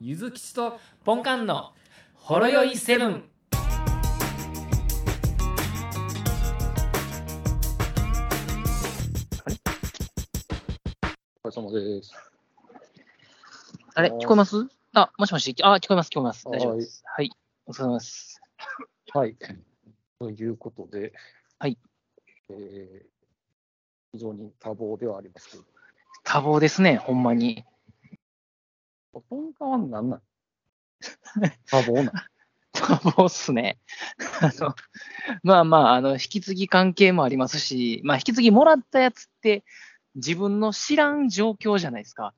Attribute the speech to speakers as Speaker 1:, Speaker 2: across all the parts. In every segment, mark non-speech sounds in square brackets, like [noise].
Speaker 1: ゆずきちとポンカンのほろよいセブン。
Speaker 2: お疲れ様です。
Speaker 3: あれ
Speaker 2: あー
Speaker 3: 聞こえますあ、もしもし。あ、聞こえます、聞こえます。大丈夫です。はい。お疲れ様です。
Speaker 2: はい。ということで、
Speaker 3: はい。
Speaker 2: えー非常に多忙ではありますけど、
Speaker 3: 多忙ですね、ほんまに。 [laughs]
Speaker 2: ポンカンは何なん多忙なん
Speaker 3: 多忙っすね。 [laughs] あの、まあまあ、あの、引き継ぎ関係もありますし、まあ、引き継ぎもらったやつって、自分の知らん状況じゃないですか。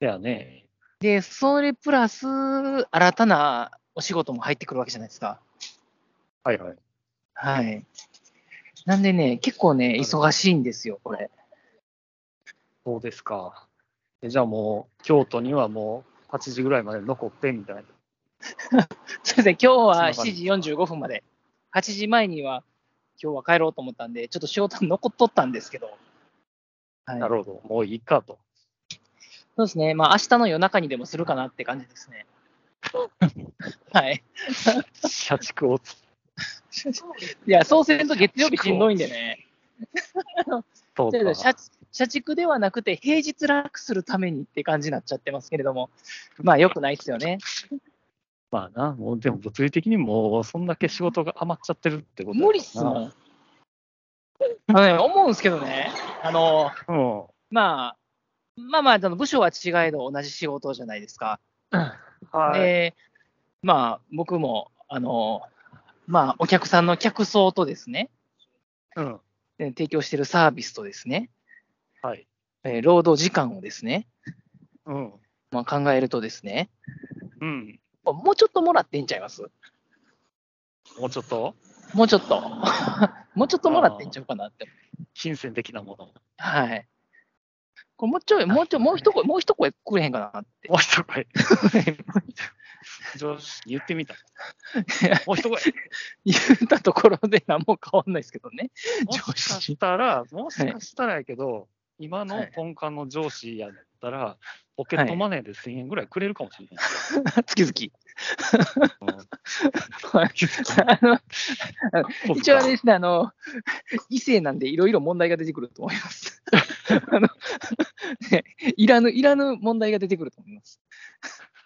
Speaker 2: だよね。
Speaker 3: で、それプラス、新たなお仕事も入ってくるわけじゃないですか。
Speaker 2: はいはい。
Speaker 3: はい。なんでね、結構ね、
Speaker 2: るほど
Speaker 3: 忙しいんですよ、これ。
Speaker 2: そうですか。えじゃあもう、京都にはもう8時ぐらいまで残ってみたいな。
Speaker 3: そうですね、今日は
Speaker 2: そんな感じ
Speaker 3: 7時45分まで。8時前には、今日は帰ろうと思ったんで、ちょっと仕事残っとったんですけど。はい。
Speaker 2: なるほど。もういいかと。
Speaker 3: そうですね。まあ、明日の夜中にでもするかなって感じですね。はい。
Speaker 2: 社畜を。
Speaker 3: いや、そうせんと月曜日しんどいんでね。
Speaker 2: そう
Speaker 3: ちょっと社
Speaker 2: か。
Speaker 3: 社畜ではなくて、平日楽するためにって感じになっちゃってますけれども、まあ、良くないですよね。
Speaker 2: まあな、もうでも物理的にもうそんだけ仕事が余っちゃってるってことや
Speaker 3: 無理っす
Speaker 2: から
Speaker 3: もん。あのね、思うんですけどね、あの、
Speaker 2: な。うん。
Speaker 3: まあ、まあまあ、あの部署は違えど同じ仕事じゃないですか。
Speaker 2: はい。
Speaker 3: で、まあ、僕も、あの、まあ、お客さんの客層とですね、
Speaker 2: うん。
Speaker 3: えー提供しているサービスとですね、
Speaker 2: はい。
Speaker 3: えー労働時間をですね、
Speaker 2: うん。
Speaker 3: まあ、考えるとですね、
Speaker 2: うん。
Speaker 3: もうちょっともらっていいんちゃいます
Speaker 2: もうちょっと
Speaker 3: もうちょっと。 [laughs] もうちょっともらっていいんちゃうかなって。
Speaker 2: 金銭的なもの。
Speaker 3: はい。これもうちょい、もうちょい、もう一声、もう一声くれへんかなって。
Speaker 2: もう一声。上司言ってみ [laughs] た。もう一声。
Speaker 3: 言ったところで何も変わんないですけどね。
Speaker 2: もしかしたら、もしかしたらやけど、今
Speaker 3: は
Speaker 2: の
Speaker 3: い
Speaker 2: 根幹の上司やったら、ポケットマネーで1000円ぐらいくれるかもしれない。
Speaker 3: 月
Speaker 2: うん
Speaker 3: 々。はいあの一応あれ
Speaker 2: そうか
Speaker 3: ですね、あの、 [laughs] 異性なんでいろいろ問題が出てくると思いま
Speaker 2: [laughs]
Speaker 3: す。あの、ね、いらぬ、いらぬ問題が出てくると思います。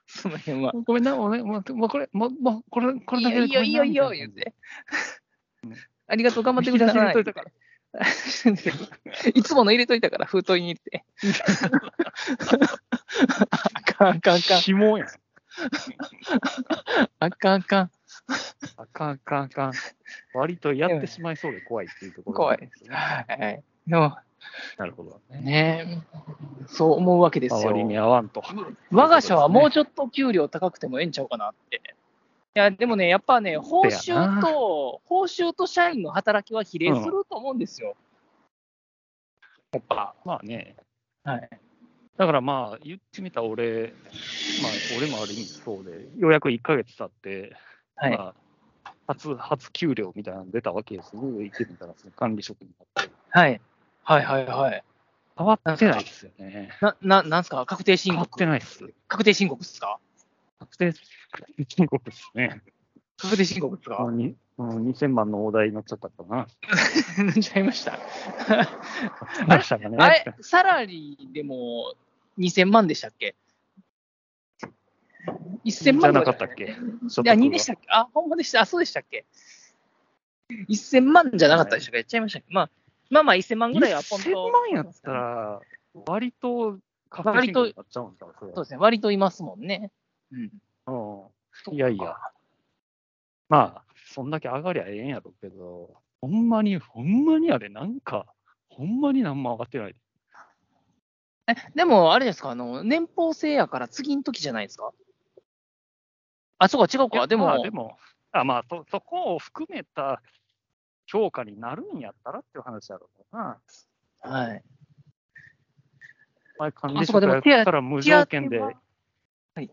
Speaker 3: その辺は。
Speaker 2: ごめんな、もうね、もうもうこれ、もうもうこれ、これだけで
Speaker 3: いいよ、いいよ、いいよ、
Speaker 2: これ
Speaker 3: 言
Speaker 2: な
Speaker 3: っ
Speaker 2: みたいな
Speaker 3: て。 [laughs] ありがとう、頑張ってください。
Speaker 2: 引き出し入れといたから
Speaker 3: [laughs] いつもの入れといたから、封筒に入れ
Speaker 2: [laughs]
Speaker 3: て。あかん、あかん、あかん。
Speaker 2: 紐やん。
Speaker 3: あかん、あかん。
Speaker 2: あかん、あかん、あかん。割とやってしまいそうで怖いっていうところ。
Speaker 3: 怖いです。はい。でも、
Speaker 2: なるほどね。
Speaker 3: ねそう思うわけですよ。
Speaker 2: 周りに合わんと。
Speaker 3: 我が社はもうちょっと給料高くてもええんちゃうかなって。いや、でもね、やっぱね、報
Speaker 2: そうや
Speaker 3: 酬
Speaker 2: な
Speaker 3: と、報酬と社員の働きは比例すると思うんですよ。やっぱ。
Speaker 2: まあね、
Speaker 3: はい。
Speaker 2: だからまあ、言ってみた俺、まあ、俺もある意味そうで、ようやく1ヶ月経って、
Speaker 3: はい。
Speaker 2: まあ、初、初給料みたいなの出たわけですよ。言ってみたら、その管理職になって。
Speaker 3: はい。はいはいはい。
Speaker 2: 変わってないですよね。
Speaker 3: な、な、なんすか確定申
Speaker 2: 変わっ
Speaker 3: 告。
Speaker 2: てないっす。
Speaker 3: 確定申告っすか
Speaker 2: 確 [laughs] 定申告ですね。
Speaker 3: 確定申告っす
Speaker 2: もう
Speaker 3: か
Speaker 2: にうん2000万の大台になっちゃったかな。
Speaker 3: [laughs] なっちゃいました。
Speaker 2: なりましたかね。
Speaker 3: あれ、サラリーでも2000万でしたっけ ?1000
Speaker 2: じ
Speaker 3: 万
Speaker 2: ゃ
Speaker 3: ぐ
Speaker 2: な
Speaker 3: らい
Speaker 2: かったっけ所
Speaker 3: い
Speaker 2: 得
Speaker 3: や、
Speaker 2: が
Speaker 3: 2でしたっけあ、ほんまでした。あ、そうでしたっけ ?1000 万じゃなかったでしたかやっちゃいましたっけ、まあ、まあまあ1000万ぐらいはポンと。
Speaker 2: 1000万やったら、割と確定申告になっちゃうんだ、それ
Speaker 3: そうですね。割といますもんね。うん。
Speaker 2: うんいやいや。まあ、そんだけ上がりゃええんやろうけど、ほんまに、ほんまにあれ、なんか、ほんまに何も上がってない。
Speaker 3: え、でも、あれですか、あの、年俸制やから次の時じゃないですかあ、そうか、違う
Speaker 2: いや
Speaker 3: か。でも、
Speaker 2: まあ、でもあまあそ、そこを含めた評価になるんやったらっていう話やろうけどな。
Speaker 3: はい。
Speaker 2: 前管
Speaker 3: あ
Speaker 2: 理
Speaker 3: そうか
Speaker 2: 職
Speaker 3: でも
Speaker 2: やったら無条件
Speaker 3: 手
Speaker 2: で
Speaker 3: 当ははい、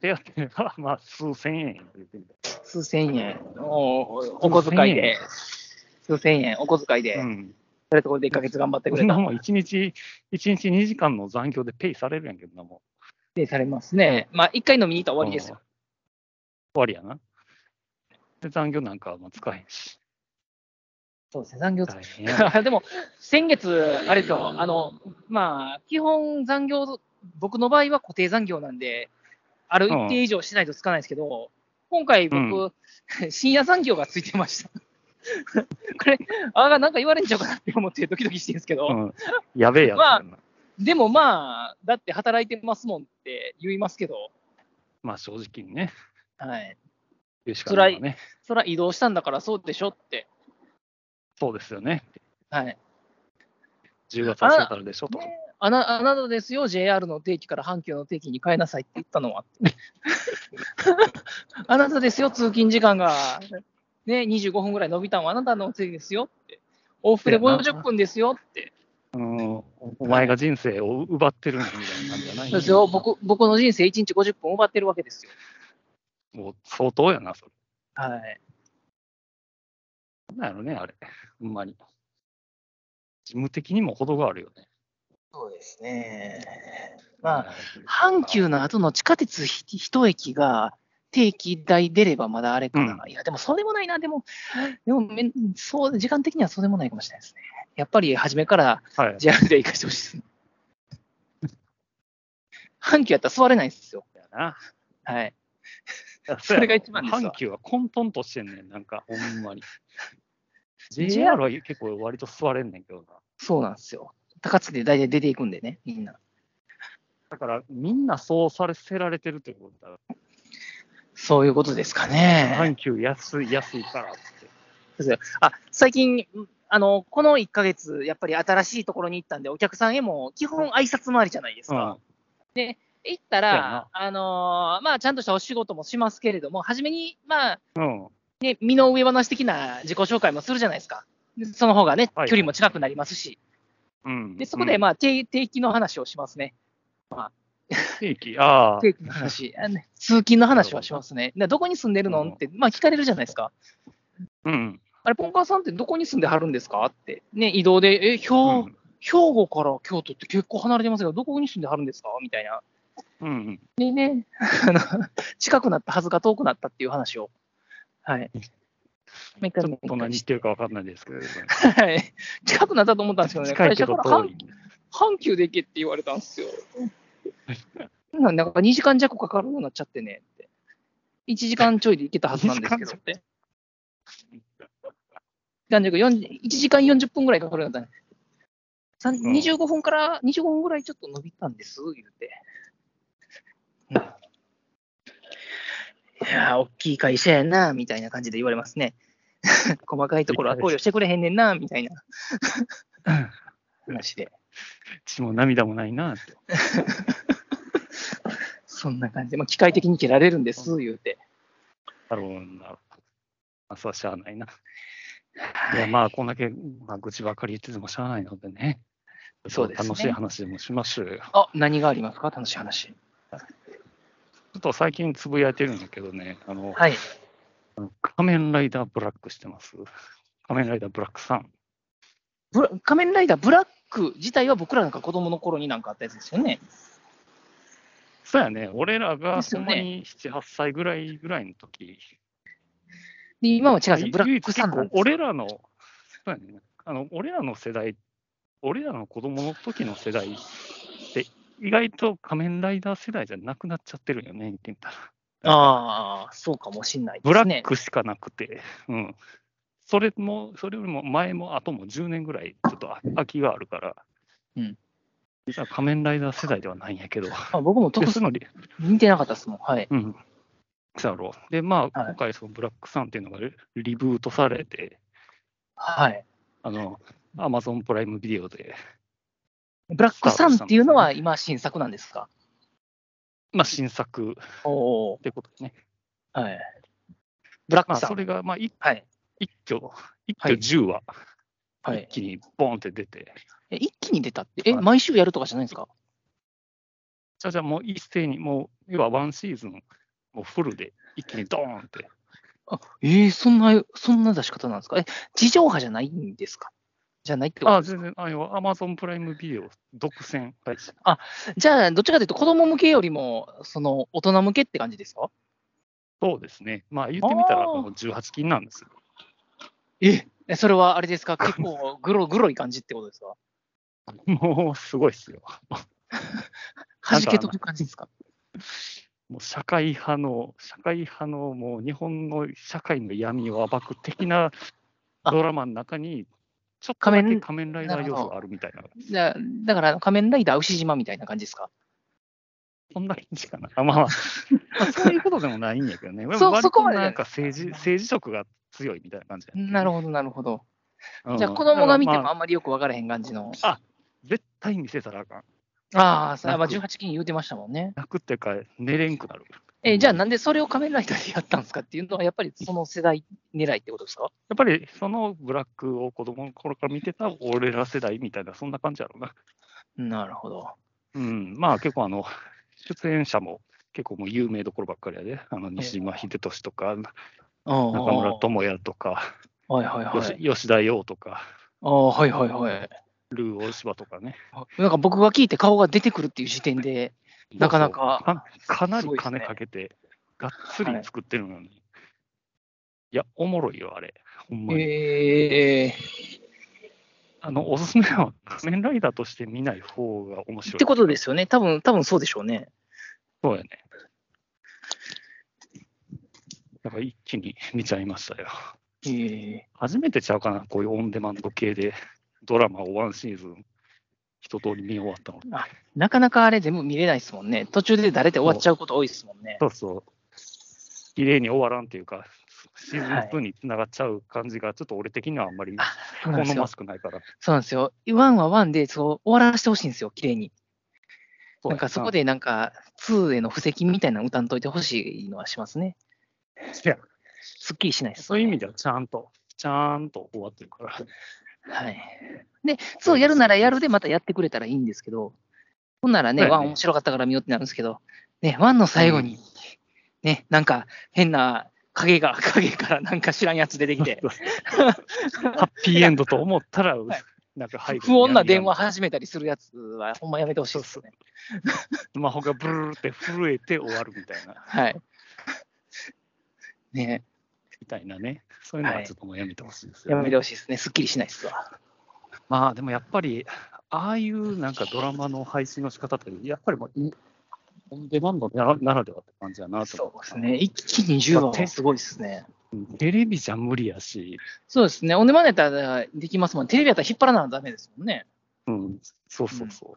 Speaker 2: 手当は、まあ、数千円や言うてみた
Speaker 3: 数千円おーお小遣いで、数千円お小遣いで、
Speaker 2: ら。う
Speaker 3: そ
Speaker 2: ん
Speaker 3: れところで1ヶ月頑張ってく
Speaker 2: そ
Speaker 3: れ
Speaker 2: んな
Speaker 3: た。
Speaker 2: もん一日、一日2時間の残業でペイされるやんけどな、も
Speaker 3: でされますね。まあ、一回飲みに行ったら終わりですよ。
Speaker 2: 終わりやな。で、残業なんかあんま使えへんし。
Speaker 3: そうですね、残業
Speaker 2: 大変
Speaker 3: [laughs]
Speaker 2: や
Speaker 3: でも、先月、あれですよ、あの、まあ、基本残業、僕の場合は固定残業なんで、ある一定以上しないとつかないですけど、今回僕、 [laughs] 深夜残業がついてました。 [laughs] これ、あがなんか言われんちゃうかなって思ってドキドキしてるんですけど、
Speaker 2: [laughs] うん。やべえやつやな。まあ、
Speaker 3: でもまあ、だって働いてますもんって言いますけど、
Speaker 2: 正直にね。
Speaker 3: はい。
Speaker 2: 言うしかないわね。
Speaker 3: そら移動したんだからそうでしょって。
Speaker 2: そうですよね。
Speaker 3: はい。
Speaker 2: 10月はそうなるでしょと。
Speaker 3: ねあな、あなたですよ、JR の定期から阪急の定期に変えなさいって言ったのは。 [laughs] あなたですよ、通勤時間が、ね、25分ぐらい伸びたのはあなたのせいですよって。往復で50分ですよって。
Speaker 2: うん、お前が人生を奪ってるんだみたいな感じじゃない
Speaker 3: そうですよ、僕僕の人生1日50分奪ってるわけですよ。
Speaker 2: もう相当やな、それ。
Speaker 3: はい。
Speaker 2: なんやろね、あれ。ほんまに。事務的にも程があるよね。
Speaker 3: そうですね。まあ、阪急の後の地下鉄ひ一駅が定期代出ればまだあれかな。
Speaker 2: う
Speaker 3: いや、でもそうでもないな。でも、でもめんそう、時間的にはそうでもないかもしれないですね。やっぱり初めから
Speaker 2: はい。
Speaker 3: JR で行かしてほしいですね。 [laughs] 阪急やったら座れないんですよ。
Speaker 2: やな。
Speaker 3: はい。
Speaker 2: そうやろ
Speaker 3: それが一番ですわ
Speaker 2: 阪急は混沌としてんねん、なんか、ほ
Speaker 3: [laughs]
Speaker 2: んまに。
Speaker 3: JR
Speaker 2: JR は結構割と座れんねんけどな。
Speaker 3: そうなんですよ。高槻で大体出ていくんでね、みんな。
Speaker 2: だから、みんなそうさせられてるってことだ。
Speaker 3: そういうことですかね。
Speaker 2: 阪急安い、安いからって。
Speaker 3: あ最近、んあのこの1ヶ月、やっぱり新しいところに行ったんで、お客さんへも基本挨拶回りじゃないです
Speaker 2: う
Speaker 3: か。
Speaker 2: ん。
Speaker 3: 行った
Speaker 2: そうやな
Speaker 3: ら、あのーまあ、ちゃんとしたお仕事もしますけれども、初めに、まあ
Speaker 2: うん。
Speaker 3: ね、身の上話的な自己紹介もするじゃないですか。でその方がね
Speaker 2: は、い
Speaker 3: 距離も近くなりますし、
Speaker 2: うん、
Speaker 3: でそこで、まあ定定期の話をしますね。
Speaker 2: あ、定期、ああ、
Speaker 3: 定期の話、あのね通勤の話はしますね。でどこに住んでるの
Speaker 2: うん
Speaker 3: って、まあ、聞かれるじゃないですか。
Speaker 2: うん。
Speaker 3: あれ、ポンカーさんってどこに住んではるんですかって、ね、移動で、え、兵
Speaker 2: う
Speaker 3: 庫
Speaker 2: ん。
Speaker 3: 兵庫から京都って結構離れてますけど、どこに住んではるんですかみたいな。
Speaker 2: うん。
Speaker 3: でね、あの近くなったはずが遠くなったっていう話を。はい。毎
Speaker 2: ち
Speaker 3: 回
Speaker 2: ょっと何言ってるか分かんないですけど、
Speaker 3: はい。近くなったと思ったんですけどね、
Speaker 2: 近い
Speaker 3: 会
Speaker 2: け
Speaker 3: 社
Speaker 2: ど
Speaker 3: から
Speaker 2: 遠
Speaker 3: 阪
Speaker 2: い。
Speaker 3: 阪急で行けって言われたんですよ。なんか2時間弱かかるようになっちゃってねって。1時間ちょいで行けたはずなんですけどって。1時間40分ぐらいかかるようになったね。さん
Speaker 2: うん
Speaker 3: 25分から、25分ぐらいちょっと伸びたんです、言って。いやー、大きい会社やな、みたいな感じで言われますね。 [laughs] 細かいところは考慮してくれへんねんな、みたいな話で。
Speaker 2: 血も涙もないなって。
Speaker 3: そんな感じで、まあ、機械的に切られるんです、言うて。
Speaker 2: だろうな。まあ、そうはしゃあないな。いや、まあ、こんだけ、まあ、愚痴ばっかり言っててもしゃあないのでね。
Speaker 3: そうですね
Speaker 2: 楽しい話でもしましょうよ。
Speaker 3: あ、何がありますか楽しい話。
Speaker 2: ちょっと最近つぶやいてるんだけどね、あの、
Speaker 3: はい。
Speaker 2: 仮面ライダーブラックしてます。仮面ライダーブラックさん。
Speaker 3: ブラ仮面ライダーブラック自体は僕らなんか子供の頃になんかあったやつですよね。
Speaker 2: そうやね、俺らが
Speaker 3: です
Speaker 2: ほ
Speaker 3: よ
Speaker 2: ん
Speaker 3: ね
Speaker 2: まに7、8歳ぐらいぐらいの時、
Speaker 3: で、今は違うんですよ。ブラ
Speaker 2: 唯
Speaker 3: ッ
Speaker 2: 一
Speaker 3: ク
Speaker 2: 結
Speaker 3: さんなん
Speaker 2: 構
Speaker 3: ですよ
Speaker 2: 俺らの、そうやね、あの、俺らの世代、俺らの子供の時の世代って、意外と仮面ライダー世代じゃなくなっちゃってるよね、言ってみたら。
Speaker 3: ああ、そうかもしんないですね。
Speaker 2: ブラックしかなくて、うん。それも、それよりも前も後も10年ぐらい、ちょっと空きがあるから、
Speaker 3: うん
Speaker 2: 実は仮面ライダー世代ではないんやけど、
Speaker 3: あ僕も
Speaker 2: で
Speaker 3: 特
Speaker 2: そ
Speaker 3: に
Speaker 2: の理
Speaker 3: 似てなかったですもん。はい。
Speaker 2: うん。そうやろう。で、まあ、
Speaker 3: はい
Speaker 2: 今回、そのブラックさんっていうのがリリブートされて、
Speaker 3: はい。
Speaker 2: あの、アマゾンプライムビデオで、
Speaker 3: ブラックさんっていうのは今新作なんですか
Speaker 2: まあ、新作っ
Speaker 3: おお。
Speaker 2: てことでね。
Speaker 3: はい。ブラック
Speaker 2: まあ、
Speaker 3: さ
Speaker 2: そ
Speaker 3: ん。
Speaker 2: れが、まあ、い
Speaker 3: はい。
Speaker 2: 一挙、一
Speaker 3: はい
Speaker 2: 挙10話、
Speaker 3: は
Speaker 2: 一
Speaker 3: い。
Speaker 2: 気にボーンって出て、
Speaker 3: え一気に出たって。え、
Speaker 2: はい
Speaker 3: 毎週やるとかじゃないんですか
Speaker 2: じゃあじゃあもう一斉に、もう、要はワンシーズン、もうフルで一気にドーンって。
Speaker 3: あえー、そんな、そんな出し方なんですかえ、地上波じゃないんですかじゃないってこと
Speaker 2: あ、全然、あの、アマゾンプライムビデオ独占配信。
Speaker 3: じゃあ、どっちかというと、子供向けよりも、その、大人向けって感じですか
Speaker 2: そうですね。まあ、言ってみたら、
Speaker 3: あー
Speaker 2: もう18禁なんですよ。 [laughs]
Speaker 3: えそれはあれです [laughs] か結構、グロ、グロい感じってことですか
Speaker 2: もう、すごいっすよ。
Speaker 3: 弾けとく感じですか
Speaker 2: もう社会派の、社会派の、もう日本の社会の闇を暴く的な
Speaker 3: [laughs] あ
Speaker 2: ドラマの中に、ちょっとだ
Speaker 3: 仮
Speaker 2: け
Speaker 3: 面
Speaker 2: 仮面ライダー要素があるみたいな、
Speaker 3: じゃあだから、仮面ライダー牛島みたいな感じですか
Speaker 2: そんな感じかな。あまあまあ、まあそういうことでもないんやけどね。
Speaker 3: [laughs] そ
Speaker 2: 割と
Speaker 3: そこまで
Speaker 2: なんか政治政治色が強いみたいな感じやね、
Speaker 3: なるほど、なるほど。
Speaker 2: うん
Speaker 3: じゃあ、子供が見て
Speaker 2: だか
Speaker 3: も
Speaker 2: らまあ
Speaker 3: あんまりよく分からへん感じの。
Speaker 2: あ絶対見せたらあかん。
Speaker 3: ああ、それはまあ
Speaker 2: な
Speaker 3: 18禁言うてましたもんね。
Speaker 2: 泣くっていうか、寝れんくなる。
Speaker 3: え、じゃあなんでそれを仮面ライダーでやったんですかっていうのは、やっぱりその世代狙いってことですか
Speaker 2: やっぱりそのブラックを子供の頃から見てた俺ら世代みたいな、そんな感じやろうな。
Speaker 3: なるほど。
Speaker 2: うん、まあ結構あの、出演者も結構もう有名どころばっかりやで、あの西島秀俊とか、
Speaker 3: 中
Speaker 2: 中村智也とか、
Speaker 3: はいはいは
Speaker 2: 吉
Speaker 3: い。
Speaker 2: 吉田洋とか、
Speaker 3: ああ、はいはいはい。
Speaker 2: ルー大柴とかね。
Speaker 3: なんか僕が聞いて顔が出てくるっていう時点で、なかな
Speaker 2: そうそう
Speaker 3: か。
Speaker 2: かかなり
Speaker 3: すごいですね
Speaker 2: 金かけて、がっつり作ってるのに。いや、おもろいよ、あれ。ほんまに。
Speaker 3: ええ
Speaker 2: あの、おすすめは仮面ライダーとして見ない方が面白い。
Speaker 3: ってことですよね。多分多分そうでしょうね。
Speaker 2: そうやね。だから一気に見ちゃいましたよ。
Speaker 3: ええ
Speaker 2: 初めてちゃうかな、こういうオンデマンド系で [laughs] ドラマをワンシーズン一通り見終わったの。
Speaker 3: なかなかあれ全部見れないですもんね。途中で誰で終わっちゃうこと多いですもんね。
Speaker 2: そうそう。綺麗に終わらんっていうか、シーズン
Speaker 3: はい
Speaker 2: 2につながっちゃう感じが、ちょっと俺的にはあんまり
Speaker 3: あそ
Speaker 2: 好
Speaker 3: うなんですよ
Speaker 2: ましくないから。
Speaker 3: そうなんですよ。ワンはワンでそう終わらせてほしいんですよ、綺麗に。
Speaker 2: う
Speaker 3: なんかそこでなんか、2への布石みたいなの歌んといてほしいのはしますね。
Speaker 2: いや
Speaker 3: すっきりしないです、
Speaker 2: そういう意味ではちゃんと、ちゃんと終わってるから。
Speaker 3: はい。で、そうやるならやるでまたやってくれたらいいんですけど、ほんならね、
Speaker 2: そうや
Speaker 3: ワ
Speaker 2: ね
Speaker 3: ン面白かったから見ようってなるんですけど、ね、ワンの最後に、ね、なんか変な影が、 [laughs] 影からなんか知らんやつ出てきて、
Speaker 2: [laughs] ハッピーエンドと思ったら、
Speaker 3: はい
Speaker 2: なんか背後に
Speaker 3: 不穏な電話始めたりするやつは、ほんまやめてほしいですよね。
Speaker 2: スマホがブルルルって震えて終わるみたいな、
Speaker 3: はい。ね、
Speaker 2: みたいなね。そういうのは
Speaker 3: はい
Speaker 2: ちょっともうやめてほしいですよ、
Speaker 3: や
Speaker 2: ね
Speaker 3: めてほしいですね。すっきりしないですわ。
Speaker 2: まあでもやっぱり、ああいうなんかドラマの配信の仕方って、やっぱりもうい、オンデマンドならならではって感じだなと
Speaker 3: そ
Speaker 2: 思
Speaker 3: うですね。一気に10話はすごいですね。
Speaker 2: う。テレビじゃ無理やし、
Speaker 3: そうですね。オンデマネやったらできますもん。テレビやったら引っ張らなダメですもんね。
Speaker 2: うん、そうそうそう。だ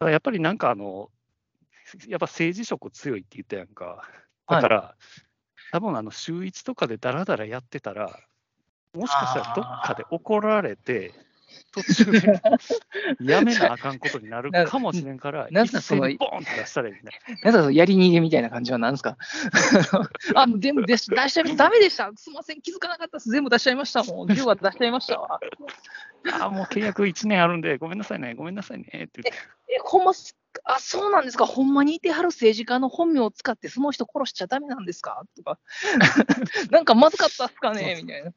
Speaker 2: からやっぱりなんかあの、やっぱ政治色強いって言ったやんか。だから、多分あの週1とかでダラダラやってたら、もしかしたらどっかで怒られて、途中で [laughs] やめなあかんことになるかもしれんから、
Speaker 3: なな
Speaker 2: 一
Speaker 3: んかそ
Speaker 2: 斉
Speaker 3: の
Speaker 2: にボーンって出したらいいね。
Speaker 3: なんかそのやり逃げみたいな感じは何ですか [laughs] あ、全部出し出しちゃいました。ダメでした。すみません。気づかなかったです。全部出しちゃいました。もう10話出しちゃいましたわ。
Speaker 2: あーもう契約1年あるんで、ごめんなさいね、ごめんなさいねって言って、
Speaker 3: え、ほんまっす、あ、そうなんですか。ほんまにいてはる政治家の本名を使ってその人殺しちゃダメなんですかとか。 [laughs] なんかまずかったっすかねみたいな。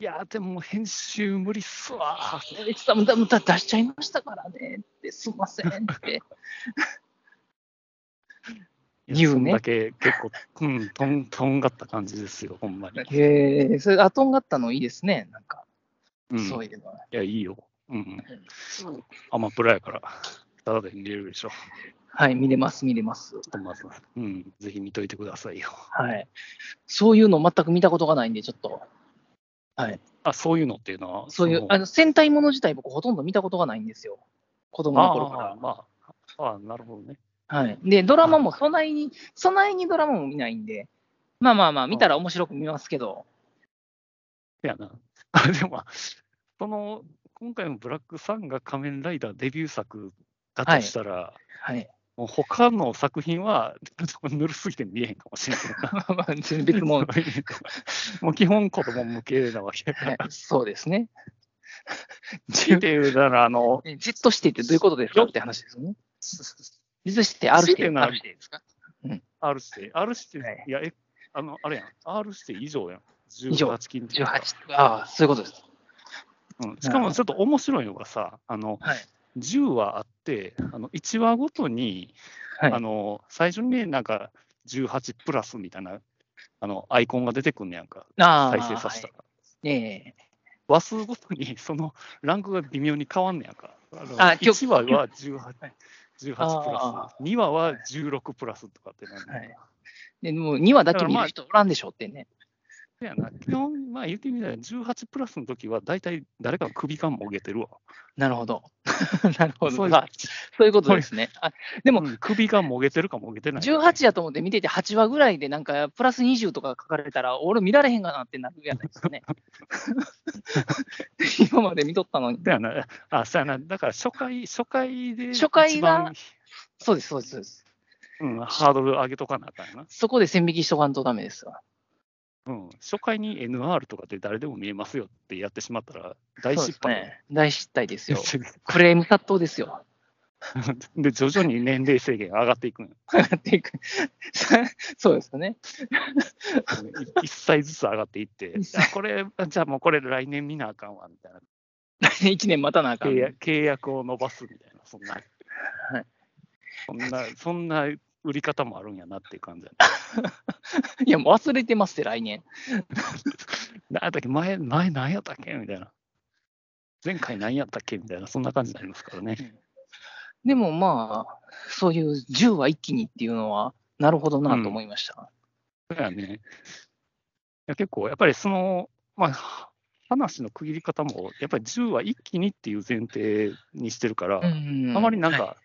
Speaker 2: いやー、でももう編集無理っすわー。
Speaker 3: え、ちょっとだだ出しちゃいましたからね。ってすみません。って。
Speaker 2: いや
Speaker 3: 言うね
Speaker 2: そんだけ結構、うん、とんとんがった感じですよ、ほんまに。
Speaker 3: [laughs] へえ、それ、後になったのいいですね。なんか、
Speaker 2: うん、い
Speaker 3: そういうのは。
Speaker 2: や、いいよ。うん。アマプラやから、ただで見れるでしょ。ちょ
Speaker 3: はい、見れます、見れます。
Speaker 2: っとまず、うん、ぜひ見といてくださいよ。
Speaker 3: はい。そういうの全く見たことがないんで、ちょっと。はい。
Speaker 2: あ、そういうのっていうのは、
Speaker 3: そういう、あの、戦隊もの自体僕ほとんど見たことがないんですよ。子供
Speaker 2: の、
Speaker 3: の
Speaker 2: あ
Speaker 3: 頃
Speaker 2: ー
Speaker 3: か
Speaker 2: まあ、あーなるほどね。
Speaker 3: ら。はい。で、ドラマもそないに、そないにドラマも見ないんで、まあまあまあ、見たら面白く見ますけど、
Speaker 2: いやな。 [laughs] あでも、その、今回のブラックさんが仮面ライダーデビュー作だとしたら、
Speaker 3: はい。 [laughs]
Speaker 2: もう他の作品は、 [laughs] ぬるすぎて見えへんかもしれんけどな
Speaker 3: まあまあ、別にもう、
Speaker 2: そういう [laughs] もう基本子供向けなわけ
Speaker 3: [laughs]
Speaker 2: だか
Speaker 3: はい
Speaker 2: ら。、
Speaker 3: そうですね。
Speaker 2: 強いて言うなら、あの、
Speaker 3: じっとしてってどういうことですかって話ですよね。じっとして、あるして、
Speaker 2: 強いてな
Speaker 3: あるしてですか
Speaker 2: R して、R して、
Speaker 3: はい
Speaker 2: いや、え、あの、あれやん、R して以上やん。
Speaker 3: 以上
Speaker 2: 18金
Speaker 3: 18、ああ、そういうことです。
Speaker 2: うん、しかもちょっと面白いのがさ、あの
Speaker 3: はい。
Speaker 2: 10話あって、あの1話ごとに、
Speaker 3: はい
Speaker 2: あの最初にね、なんか18プラスみたいなあのアイコンが出てくんねやんか、
Speaker 3: ああ
Speaker 2: 再生させたら。
Speaker 3: はいええ
Speaker 2: 話数ごとにそのランクが微妙に変わんねやんか。あの
Speaker 3: あ今日
Speaker 2: 1話は18 18プ
Speaker 3: あ
Speaker 2: ラス、2話は16プラスとかってなんねん
Speaker 3: はいでもう2話だけ見
Speaker 2: だからまあ
Speaker 3: る人おらんでしょうってね。
Speaker 2: せやな基本、まあ言ってみたら18プラスの時は大体誰かの首かもげてるわ。
Speaker 3: なるほど。 [laughs] なるほど。
Speaker 2: そういう
Speaker 3: まあそういうことですね。あでも、
Speaker 2: うん首がもげてるかもげてないか。
Speaker 3: 18やと思って見てて8話ぐらいでなんかプラス20とか書かれたら俺見られへんかなってなるやないですか
Speaker 2: [laughs]
Speaker 3: ね。今まで見とったのに。
Speaker 2: だよな。あ、そうやな。だから初回、初回で
Speaker 3: 初回が
Speaker 2: 一番、
Speaker 3: そうです、そうです、そうです。
Speaker 2: うん、ハードル上げとかなあかんよな。
Speaker 3: そこで線引きしとかんとダメですわ。
Speaker 2: うん。初回に NR とかで誰でも見えますよってやってしまったら大
Speaker 3: そうで
Speaker 2: 失
Speaker 3: す
Speaker 2: 敗。
Speaker 3: ね。大失態ですよ。
Speaker 2: で
Speaker 3: クレーム殺到ですよ。
Speaker 2: 徐々に年齢制限上がっていくの
Speaker 3: [laughs]
Speaker 2: よ。
Speaker 3: っていくそうですよね。
Speaker 2: 1歳ずつ上がっていって、
Speaker 3: 一歳
Speaker 2: あこれ、じゃあもうこれ来年見なあかんわみたいな。
Speaker 3: 1年待たなあかん。
Speaker 2: 契約契約を伸ばすみたいな、そんな。
Speaker 3: はい
Speaker 2: そんな、そんな売り方もあるんやなっていう感じや
Speaker 3: いや、もう忘れてますって、来年。
Speaker 2: な。なんだっけ、前、前何やったっけみたいな。前回何やったっけみたいな、そんな感じになりますからね。
Speaker 3: でもまあ、そういう10は一気にっていうのは、なるほどなと思いました。
Speaker 2: そうやね。いや結構、やっぱりその、まあ、話の区切り方も、やっぱり10は一気にっていう前提にしてるから、
Speaker 3: うん
Speaker 2: あまりなん
Speaker 3: は
Speaker 2: か、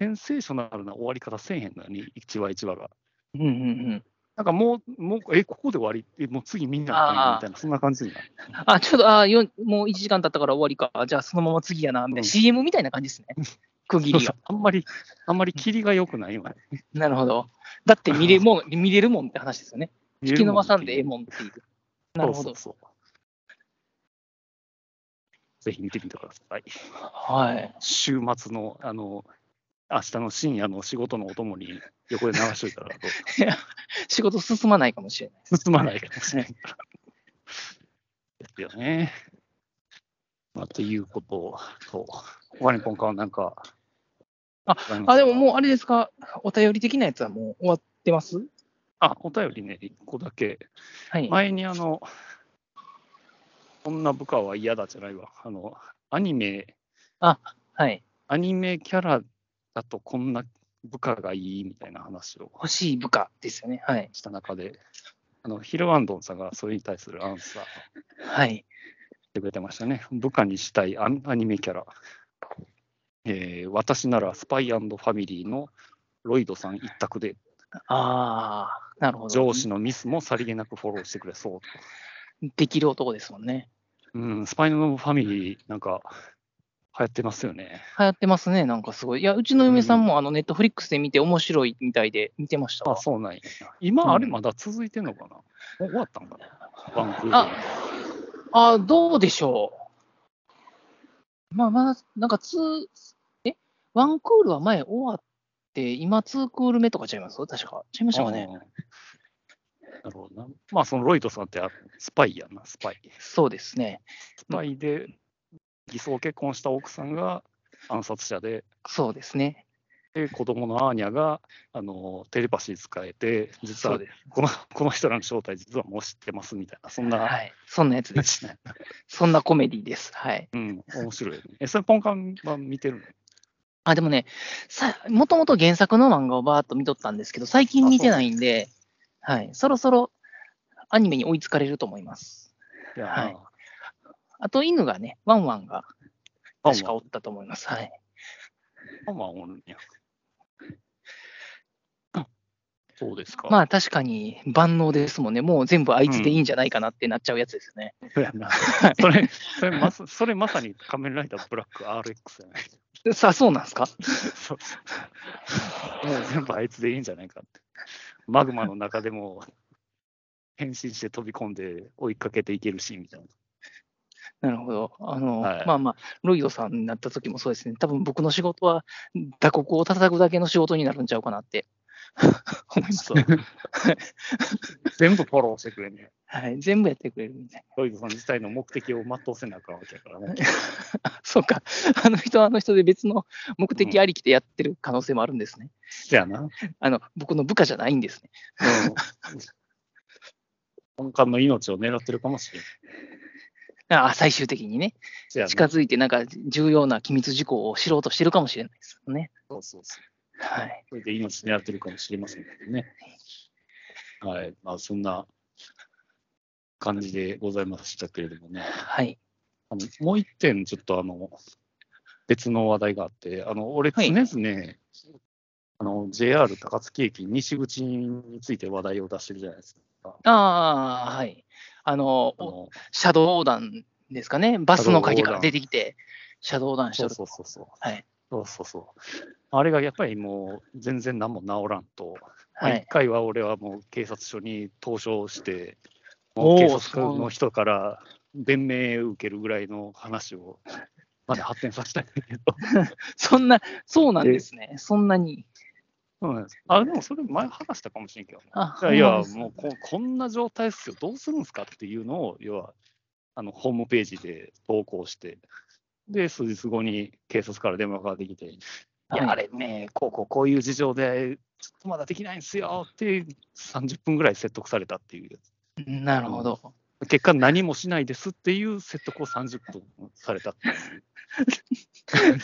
Speaker 2: センセーショナルな終わり方せえへんのよね、1話1話が。
Speaker 3: いうんうんうん。
Speaker 2: なんかもう、もうえ、ここで終わりえ、もう次みんなあかんやみたいな、そんな感じになる。
Speaker 3: あ、ちょっと、あよんもう1時間経ったから終わりか。じゃあ、そのまま次やな、みたいな。
Speaker 2: うん
Speaker 3: CM みたいな感じです [laughs] ね。区切
Speaker 2: そう
Speaker 3: り
Speaker 2: そ
Speaker 3: が
Speaker 2: う。あんまり、あんまり切りが良くないよね。
Speaker 3: なるほど。だって見 [laughs] れもん、見れるもんって話ですよね。
Speaker 2: 引
Speaker 3: 引き伸ばさんでええもんっていう。なるほど。
Speaker 2: そうそうそうぜひ見てみてください。
Speaker 3: はい。 [laughs]
Speaker 2: 週末の、あの、明日の深夜の仕事のお供に横で流しといたらどう
Speaker 3: 仕事進まないかもしれない。
Speaker 2: 進まないかもしれないから。ですよね。まあ、ということと、ワニポンカはなんか、
Speaker 3: あ
Speaker 2: ございますか
Speaker 3: あ、でももうあれですか、お便り的なやつはもう終わってます
Speaker 2: あ、お便りね、一個だけ。
Speaker 3: はい。
Speaker 2: 前にあの、こんな部下は嫌だじゃないわ。あの、アニメ、
Speaker 3: はい。
Speaker 2: アニメキャラだとこんな部下がいいみたいな話を
Speaker 3: 欲しい部下ですよね。はい。
Speaker 2: した中で、あの、ヒルワンドンさんがそれに対するアンサーを
Speaker 3: はい。
Speaker 2: してくれてましたね。部下にしたいアニアニメキャラ。えー私ならスパイファミリーのロイドさん一択で、
Speaker 3: ああ、なるほど。
Speaker 2: 上司のミスもさりげなくフォローしてくれそう。
Speaker 3: できる男ですもんね。
Speaker 2: うん、スパイのファミリー、なんか、流行ってますよね。
Speaker 3: 流行ってますね、なんかすごい。いや、うちの嫁さんもあのネットフリックスで見て面白いみたいで見てました
Speaker 2: あ、
Speaker 3: わ。
Speaker 2: そうなんや。今、
Speaker 3: うん
Speaker 2: あれまだ続いてんのかな、もう終わったんかなワンクール
Speaker 3: ああーどうでしょう。まあまあ、なんか2、えワンクールは前終わって、今2クール目とかちゃいます確か。ちゃいましたかね。
Speaker 2: あーなるほどな。まあ、そのロイドさんってあスパイやな、スパイ。
Speaker 3: そうですね。
Speaker 2: スパイで偽装結婚した奥さんが暗殺者で、
Speaker 3: そうですね。
Speaker 2: で子供のアーニャがあのテレパシー使えて、実
Speaker 3: そ
Speaker 2: は
Speaker 3: うです。
Speaker 2: このこの人らの正体、実はもう知ってますみたいな、そんな
Speaker 3: はい。そんなやつです。
Speaker 2: 話ね。
Speaker 3: そんなコメディです。はい。
Speaker 2: うん、面白いよね。え、それポンカンは見てるの
Speaker 3: あ、でもね、さ、もともと原作の漫画をバーっと見とったんですけど、最近見てないんで、はい、そろそろアニメに追いつかれると思います。
Speaker 2: いやー、
Speaker 3: はいあと、犬がね、ワンワンが
Speaker 2: ワンワン
Speaker 3: 確かおったと思います。はい。
Speaker 2: まあまあおるんや。そうですか。
Speaker 3: まあ、確かに万能ですもんね。もう全部あいつでいいんじゃないかなってなっちゃうやつですよね。
Speaker 2: そうやな。それ、それまさそれまさに仮面ライダーブラック RX やね。
Speaker 3: さあ、そうなんですか
Speaker 2: そうそうもう全部あいつでいいんじゃないかって。マグマの中でも変身して飛び込んで追いかけていけるし、みたいな。
Speaker 3: なるほど。あの、
Speaker 2: はい
Speaker 3: まあまあ、ロイドさんになった時もそうですね。多分僕の仕事は打刻を叩くだけの仕事になるんちゃうかなって [laughs] 思います。
Speaker 2: そう [laughs] 全部フォローしてくれんね。
Speaker 3: はい。全部やってくれるみたい
Speaker 2: ロイズさん自体の目的を全うせなあかんわけやからね。
Speaker 3: な。 [laughs] そうか。あの人はあの人で別の目的ありきでやってる可能性もあるんですね。
Speaker 2: じゃあな。
Speaker 3: あの、僕の部下じゃないんですね。
Speaker 2: うん。本館の命を狙ってるかもしれん。
Speaker 3: ああ最終的にね、
Speaker 2: じゃあな
Speaker 3: 近づいてなんか重要な機密事項を知ろうとしてるかもしれないですよね。
Speaker 2: そうそうそう。
Speaker 3: はい。
Speaker 2: それで命狙ってるかもしれませんけどね。はい。まあ、そんな感じでございましたけれどもね。
Speaker 3: はい。
Speaker 2: あのもう一点、ちょっとあの、別の話題があって、あの、俺、常
Speaker 3: はい
Speaker 2: 々、あの、JR 高槻駅西口について話題を出してるじゃないですか。
Speaker 3: ああ、はい。あの、
Speaker 2: あの
Speaker 3: シャドウ横断ですかね。バスの鍵から出てきて、シャドウ横断し
Speaker 2: そ
Speaker 3: て
Speaker 2: う
Speaker 3: る。
Speaker 2: そうそうそう。
Speaker 3: はい。
Speaker 2: そうそうそう。あれがやっぱりもう全然何も治らんと、まあ
Speaker 3: は
Speaker 2: 一
Speaker 3: い。
Speaker 2: 回は俺はもう警察署に投書して、
Speaker 3: お
Speaker 2: も
Speaker 3: ー
Speaker 2: う警察の人から弁明受けるぐらいの話をまで発展させたいんだけど。 [laughs]
Speaker 3: そんな、そうなんですね。そんなに。
Speaker 2: そうなんですあでもそれ前話したかもしれんけどね。
Speaker 3: あ
Speaker 2: いやいや、
Speaker 3: そうなんです
Speaker 2: もうここんな状態っすよ、どうするんですかっていうのを、要はあのホームページで投稿して、で、数日後に警察から電話ができて、い
Speaker 3: はい
Speaker 2: や、あれね、こうこうこういう事情で、ちょっとまだできないんですよって、30分ぐらい説得されたっていうや
Speaker 3: なるほど。
Speaker 2: つ、結果、何もしないですっていう説得を30分されたって
Speaker 3: [laughs]
Speaker 2: いう。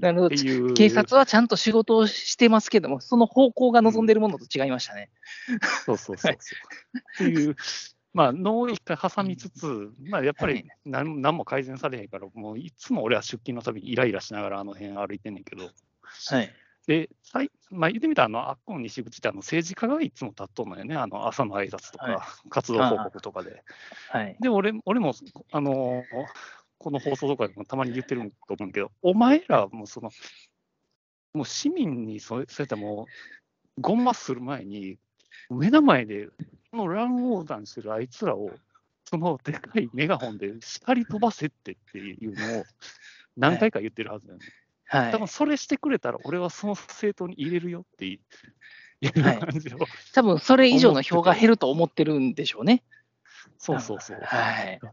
Speaker 3: なるほ
Speaker 2: って
Speaker 3: ど。
Speaker 2: いう
Speaker 3: 警察はちゃんと仕事をしてますけども、その方向が望んでるものと違いましたね。
Speaker 2: そうそうそうそう。っていう、まあ、脳を一回挟みつつ、まあ、やっぱ
Speaker 3: はい
Speaker 2: り何何も改善されへんから、もういつも俺は出勤のたびにイライラしながらあの辺歩いてんねんけど、
Speaker 3: はい。
Speaker 2: で、さいまあ、言ってみたらあの、あっこの西口ってあの政治家がいつも立っとんのよね、あの朝の挨拶とか、
Speaker 3: は
Speaker 2: 活動報告とかで。
Speaker 3: はい。
Speaker 2: で、俺俺も、あのこの放送とかでもたまに言ってると思うんだけど、お前らもうその、もう市民にそうそうやってもう、ゴンマする前に、目の前で、この乱横断してるあいつらを、そのでかいメガホンで叱り飛ばせってっていうのを何回か言ってるはずだよね。
Speaker 3: は
Speaker 2: 多分
Speaker 3: い。
Speaker 2: それしてくれたら、俺はその政党に入れるよっていう
Speaker 3: はい
Speaker 2: 感じを、
Speaker 3: 多分それ以上の票が減ると思ってるんでしょうね。
Speaker 2: そうそうそう。
Speaker 3: はい。
Speaker 2: だ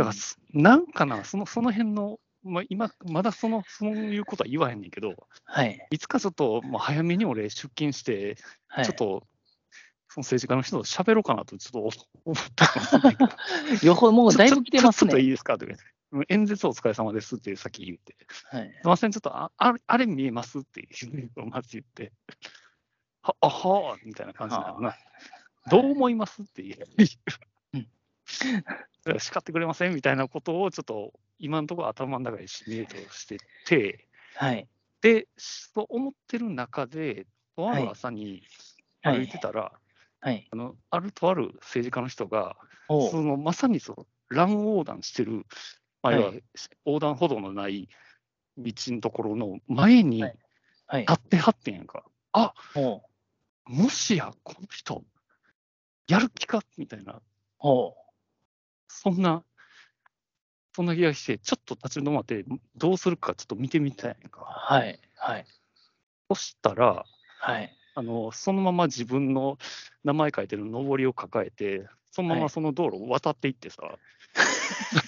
Speaker 2: からす、なんかな、そのその辺の、まあ、今、まだそのそういうことは言わへんねんけど、
Speaker 3: はい。
Speaker 2: いつかちょっともう早めに俺、出勤して、
Speaker 3: はい
Speaker 2: ちょっと、その政治家の人と喋ろうかなと、ちょっと思ったかもしれないけど
Speaker 3: 予報もうだいぶ来てます
Speaker 2: ちょっとちょっとい
Speaker 3: ね。
Speaker 2: いですかって言われてうん演説お疲れ様ですってさっき言って、す
Speaker 3: はい。
Speaker 2: いません、ちょっとああれあれ見えますって言うのをまず言って、はあはあみたいな感じなのな。どう思いますって言
Speaker 3: う
Speaker 2: え
Speaker 3: ん。
Speaker 2: それは叱ってくれませんみたいなことをちょっと今のところ頭の中でシミュレートしてて、
Speaker 3: はい。
Speaker 2: で、そう思ってる中で、とある朝に
Speaker 3: はい
Speaker 2: 歩いてたら、
Speaker 3: はい。
Speaker 2: あのあるとある政治家の人が、
Speaker 3: お
Speaker 2: そうのまさにその乱横断してる、まあ、
Speaker 3: はい
Speaker 2: 要は横断歩道のない道のところの前に
Speaker 3: はいはい。
Speaker 2: 立ってはってんやんか、
Speaker 3: おう
Speaker 2: もしやこの人、やる気かみたいな、
Speaker 3: おう
Speaker 2: そんな、そんな気がして、ちょっと立ち止まって、どうするかちょっと見てみたいやんか。
Speaker 3: はい。はい。
Speaker 2: そしたら、
Speaker 3: はい。
Speaker 2: あのそのまま自分の名前書いてる上りを抱えて、そのま
Speaker 3: は
Speaker 2: ま
Speaker 3: い
Speaker 2: その道路を渡っていってさ、あ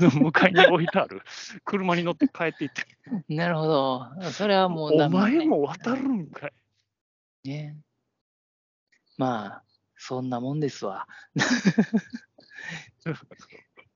Speaker 2: の向かいに置いてある車に乗って帰っていって、
Speaker 3: なるほど。それはもう
Speaker 2: お
Speaker 3: なんかね
Speaker 2: 前も渡るんかい。
Speaker 3: ね。まあ、そんなもんですわ。 [laughs]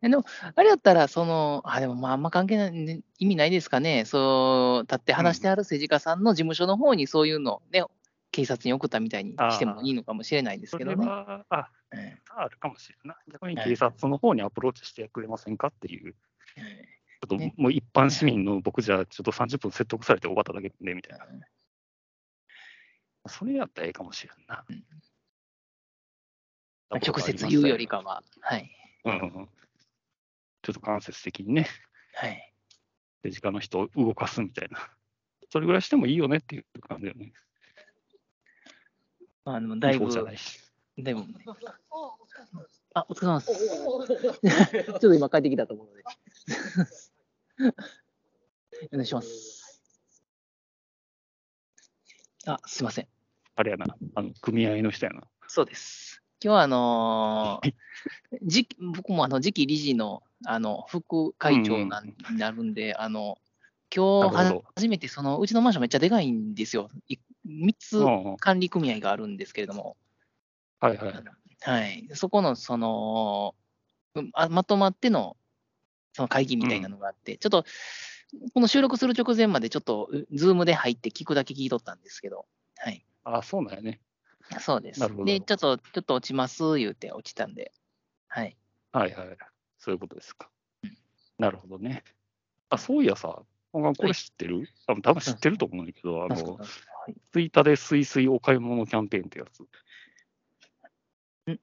Speaker 3: えでも、あれやったら、その、あ、でもまあ、あんま関係ない、ね意味ないですかね。そう、立って話してある政治家さんの事務所の方にそういうのをね、警察に送ったみたいにしてもいいのかもしれないです
Speaker 2: そ
Speaker 3: け
Speaker 2: れ
Speaker 3: どね。
Speaker 2: は、あ、
Speaker 3: え
Speaker 2: あるかもしれんない。逆に
Speaker 3: はい
Speaker 2: 警察の方にアプローチしてくれませんかっていう、
Speaker 3: ええ
Speaker 2: ちょっと
Speaker 3: ね
Speaker 2: もう一般市民の僕じゃ、ちょっと30分説得されて終わっただけでみたいな。それやったらええかもしれんな。
Speaker 3: え直接言うよりかは。はい。
Speaker 2: うんうんうん。ちょっと間接的にね。
Speaker 3: はい。
Speaker 2: 政治家の人を動かすみたいな、それぐらいしてもいいよねっていう感じだよね。
Speaker 3: まあ、でもだい
Speaker 2: 違法
Speaker 3: ぶ、
Speaker 2: じゃないし。
Speaker 3: でも、ね、あ、お疲れ様です。 [laughs] ちょっと今帰ってきたと思うので。 [laughs] お願いします。あ、すいません。
Speaker 2: あれやな、あの組合の人やな。
Speaker 3: そうです。今日はあのー次期僕もあの次期理事のあの副会長なん
Speaker 2: うん
Speaker 3: になるんで、あの今日
Speaker 2: なるほ
Speaker 3: は
Speaker 2: ど
Speaker 3: 初めてそのうちのマンションめっちゃでかいんですよ。3つ
Speaker 2: うんうん
Speaker 3: 管理組合があるんですけれども、
Speaker 2: はいはい。
Speaker 3: はい、そこのそのうんあまとまってのその会議みたいなのがあって、ちょっとこの収録する直前までちょっとうズームで入って聞くだけ聞いとったんですけど、はい、
Speaker 2: あ、そうなんやね。
Speaker 3: そうです
Speaker 2: なるほ。ど
Speaker 3: で、ちょっとちょっと落ちます言うて落ちたんで、はい。
Speaker 2: はいはい。そういうことですか。なるほどね。あ、そういやさ、本願これ知ってる、多分多分知ってると思うんだけど、あ
Speaker 3: 確か
Speaker 2: の
Speaker 3: に、はい
Speaker 2: ツイッターでスイスイお買い物キャンペーンってやつ。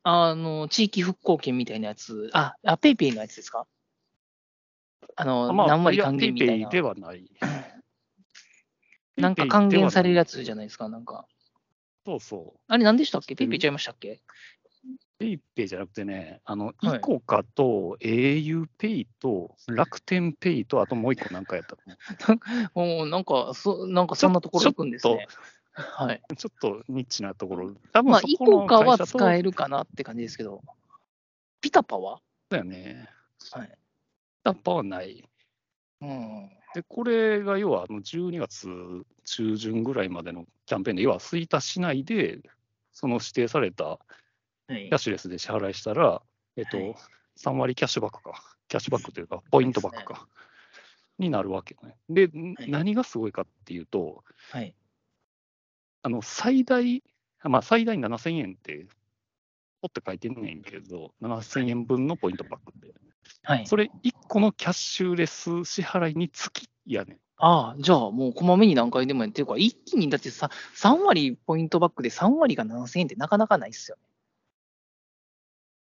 Speaker 3: あの、地域復興券みたいなやつ、あ、あペイペイのやつですかあの、何割還元みたい
Speaker 2: いや
Speaker 3: な
Speaker 2: ペイペイ。ではない。
Speaker 3: なんか還元されるやつじゃ
Speaker 2: ない。
Speaker 3: ないですか、なんか。
Speaker 2: そう
Speaker 3: [laughs]
Speaker 2: そう。
Speaker 3: あれ何でしたっけペ
Speaker 2: てる
Speaker 3: イペイちゃいましたっけ
Speaker 2: ペイペイじゃなくてね、あの、
Speaker 3: はい
Speaker 2: イコカと au ペイと楽天ペイと、あともう一個なんか [laughs] やったと思う
Speaker 3: おーなんか、そなんかそんなところ行くんですね。 [laughs] はい。
Speaker 2: ちょっとニッチなところ。多分
Speaker 3: まあ、
Speaker 2: そ
Speaker 3: イ
Speaker 2: こ
Speaker 3: コ
Speaker 2: の
Speaker 3: カは
Speaker 2: 会社と
Speaker 3: 使えるかなって感じですけど、ピタパは
Speaker 2: だよね。
Speaker 3: はい。
Speaker 2: タッパーはない。
Speaker 3: うん。
Speaker 2: で、これが要はあの12月中旬ぐらいまでのキャンペーンで、要は吹田市内で、その指定された
Speaker 3: はい
Speaker 2: キャッシュレスで支払いしたら、えっと、
Speaker 3: はい
Speaker 2: 3割キャッシュバックか、キャッシュバックというか、ポイントバックか、になるわけね。で、
Speaker 3: はい
Speaker 2: 何がすごいかっていうと、
Speaker 3: はい。
Speaker 2: あの最大、まあ、最大7000円って、ポって書いてんねんけど、7000円分のポイントバックで、
Speaker 3: はい。
Speaker 2: それ1個のキャッシュレス支払いにつきやねん。
Speaker 3: ああ、じゃあもうこまめに何回でもやってるから、一気にだってさ3割ポイントバックで3割が7000円ってなかなかないっすよ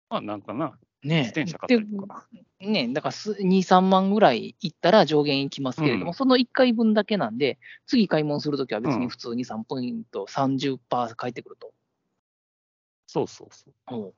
Speaker 2: まあなんかな、
Speaker 3: ね。
Speaker 2: 自転車買ったりとか。
Speaker 3: でねだからす2、3万ぐらいいったら上限いきますけれども、
Speaker 2: うん
Speaker 3: その1回分だけなんで、次買い物するときは別
Speaker 2: う
Speaker 3: に
Speaker 2: ん
Speaker 3: 普通に3ポイント、30%返ってくると。
Speaker 2: そうそうそう。
Speaker 3: うん、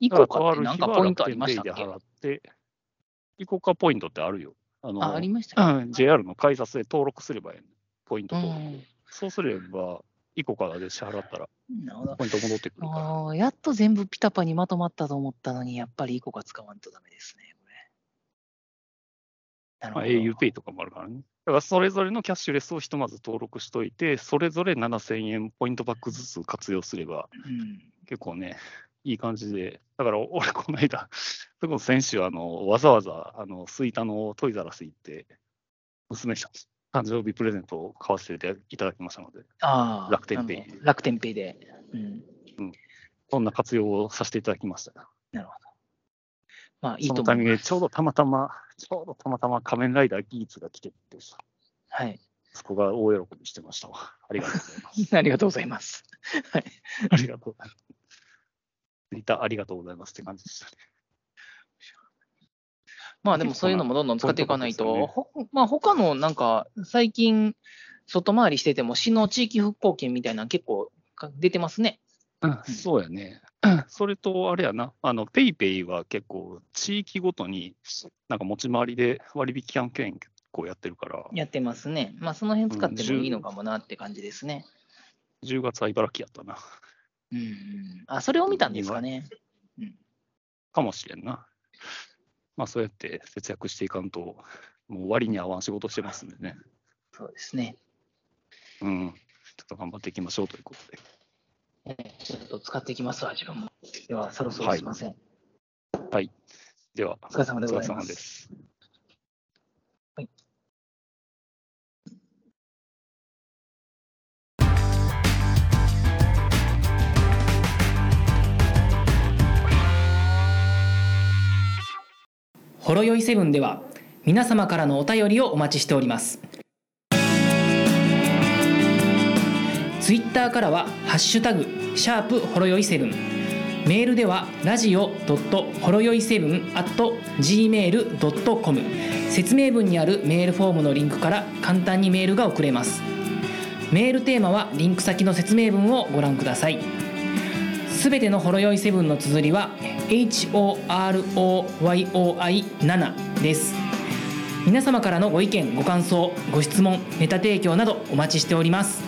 Speaker 3: イ
Speaker 2: だ
Speaker 3: コ
Speaker 2: から
Speaker 3: カってなんかポイントありましたっ
Speaker 2: 変わ
Speaker 3: け
Speaker 2: る日は楽天ペイで払って、イコカポイントってあるよ。あの
Speaker 3: あありました
Speaker 2: うん JR の改札で登録すればいいポイント
Speaker 3: う
Speaker 2: 登録。
Speaker 3: ん、
Speaker 2: そうすれば、イコカで支払ったら、
Speaker 3: なるほど
Speaker 2: ポイント戻ってくるか
Speaker 3: あーやっと全部ピタパにまとまったと思ったのに、やっぱりイコカ使わんとダメですね、これ。な
Speaker 2: ら、
Speaker 3: るほ
Speaker 2: まあ、
Speaker 3: ど。
Speaker 2: auPay とかもあるからね。だから、それぞれのキャッシュレスをひとまず登録しといて、それぞれ7000円ポイントバックずつ活用すれば、
Speaker 3: うん
Speaker 2: 結構ね、いい感じで、だから俺、この間、 [laughs] それこそ先週、あのわざわざ、あの、吹田のトイザらス行って、娘さん、誕生日プレゼントを買わせていただきましたので、
Speaker 3: ああ、
Speaker 2: 楽天ペイ
Speaker 3: なるほど楽天ペイで。うん。
Speaker 2: そんな活用をさせていただきました。
Speaker 3: まあ、いい
Speaker 2: そ
Speaker 3: と
Speaker 2: の
Speaker 3: 思
Speaker 2: タイ
Speaker 3: い
Speaker 2: ミング
Speaker 3: ま。
Speaker 2: ですちょうどたまたま、 [laughs] ちょうどたまたま仮面ライダーギーツが来ててさ、
Speaker 3: はい。 [laughs]
Speaker 2: そこが大喜びしてましたわ。ありがとうございます。
Speaker 3: ありがとうございます。
Speaker 2: ありがとうございます。ツイッターありがとうございますって感じでしたね。
Speaker 3: まあ、でもそういうのもどんどん使っていかない
Speaker 2: そうい
Speaker 3: と、
Speaker 2: うと
Speaker 3: ほまあ、他のなんか、最近、外回りしてても、市の地域復興券みたいなの結構か出てますね。
Speaker 2: うん、そうやね。それと、あれやな、あの、ペイペイは結構、地域ごとに、なんか持ち回りで割引キャンペーン結構やってるから、
Speaker 3: やってますね。まあ、その辺使ってもいいのかもなって感じですね。
Speaker 2: 10月は茨城やったな。
Speaker 3: うんうん。あ、それを見たんですかね。
Speaker 2: かもしれんな。まあ、そうやって節約していかんと、もう割に合わん仕事してますんでね。
Speaker 3: そうですね。
Speaker 2: うん。ちょっと頑張っていきましょうということで。
Speaker 3: えーちょっと使っていきますわ、自分も。では、そろそろすいません。
Speaker 2: では、
Speaker 3: お疲れ様でござい
Speaker 2: お疲れ
Speaker 3: ま
Speaker 2: 様
Speaker 3: す
Speaker 2: で。す。
Speaker 1: ほろよいセブンでは皆様からのお便りをお待ちしておりますツイッターからは「ハッシュタグシャープほろよいセブン」メールではラジオドットほろよいセブン at gmail.com 説明文にあるメールフォームのリンクから簡単にメールが送れますメールテーマはリンク先の説明文をご覧くださいすべてのほろ酔いセブンの綴りは HOROYOI7 です皆様からのご意見ご感想ご質問ネタ提供などお待ちしております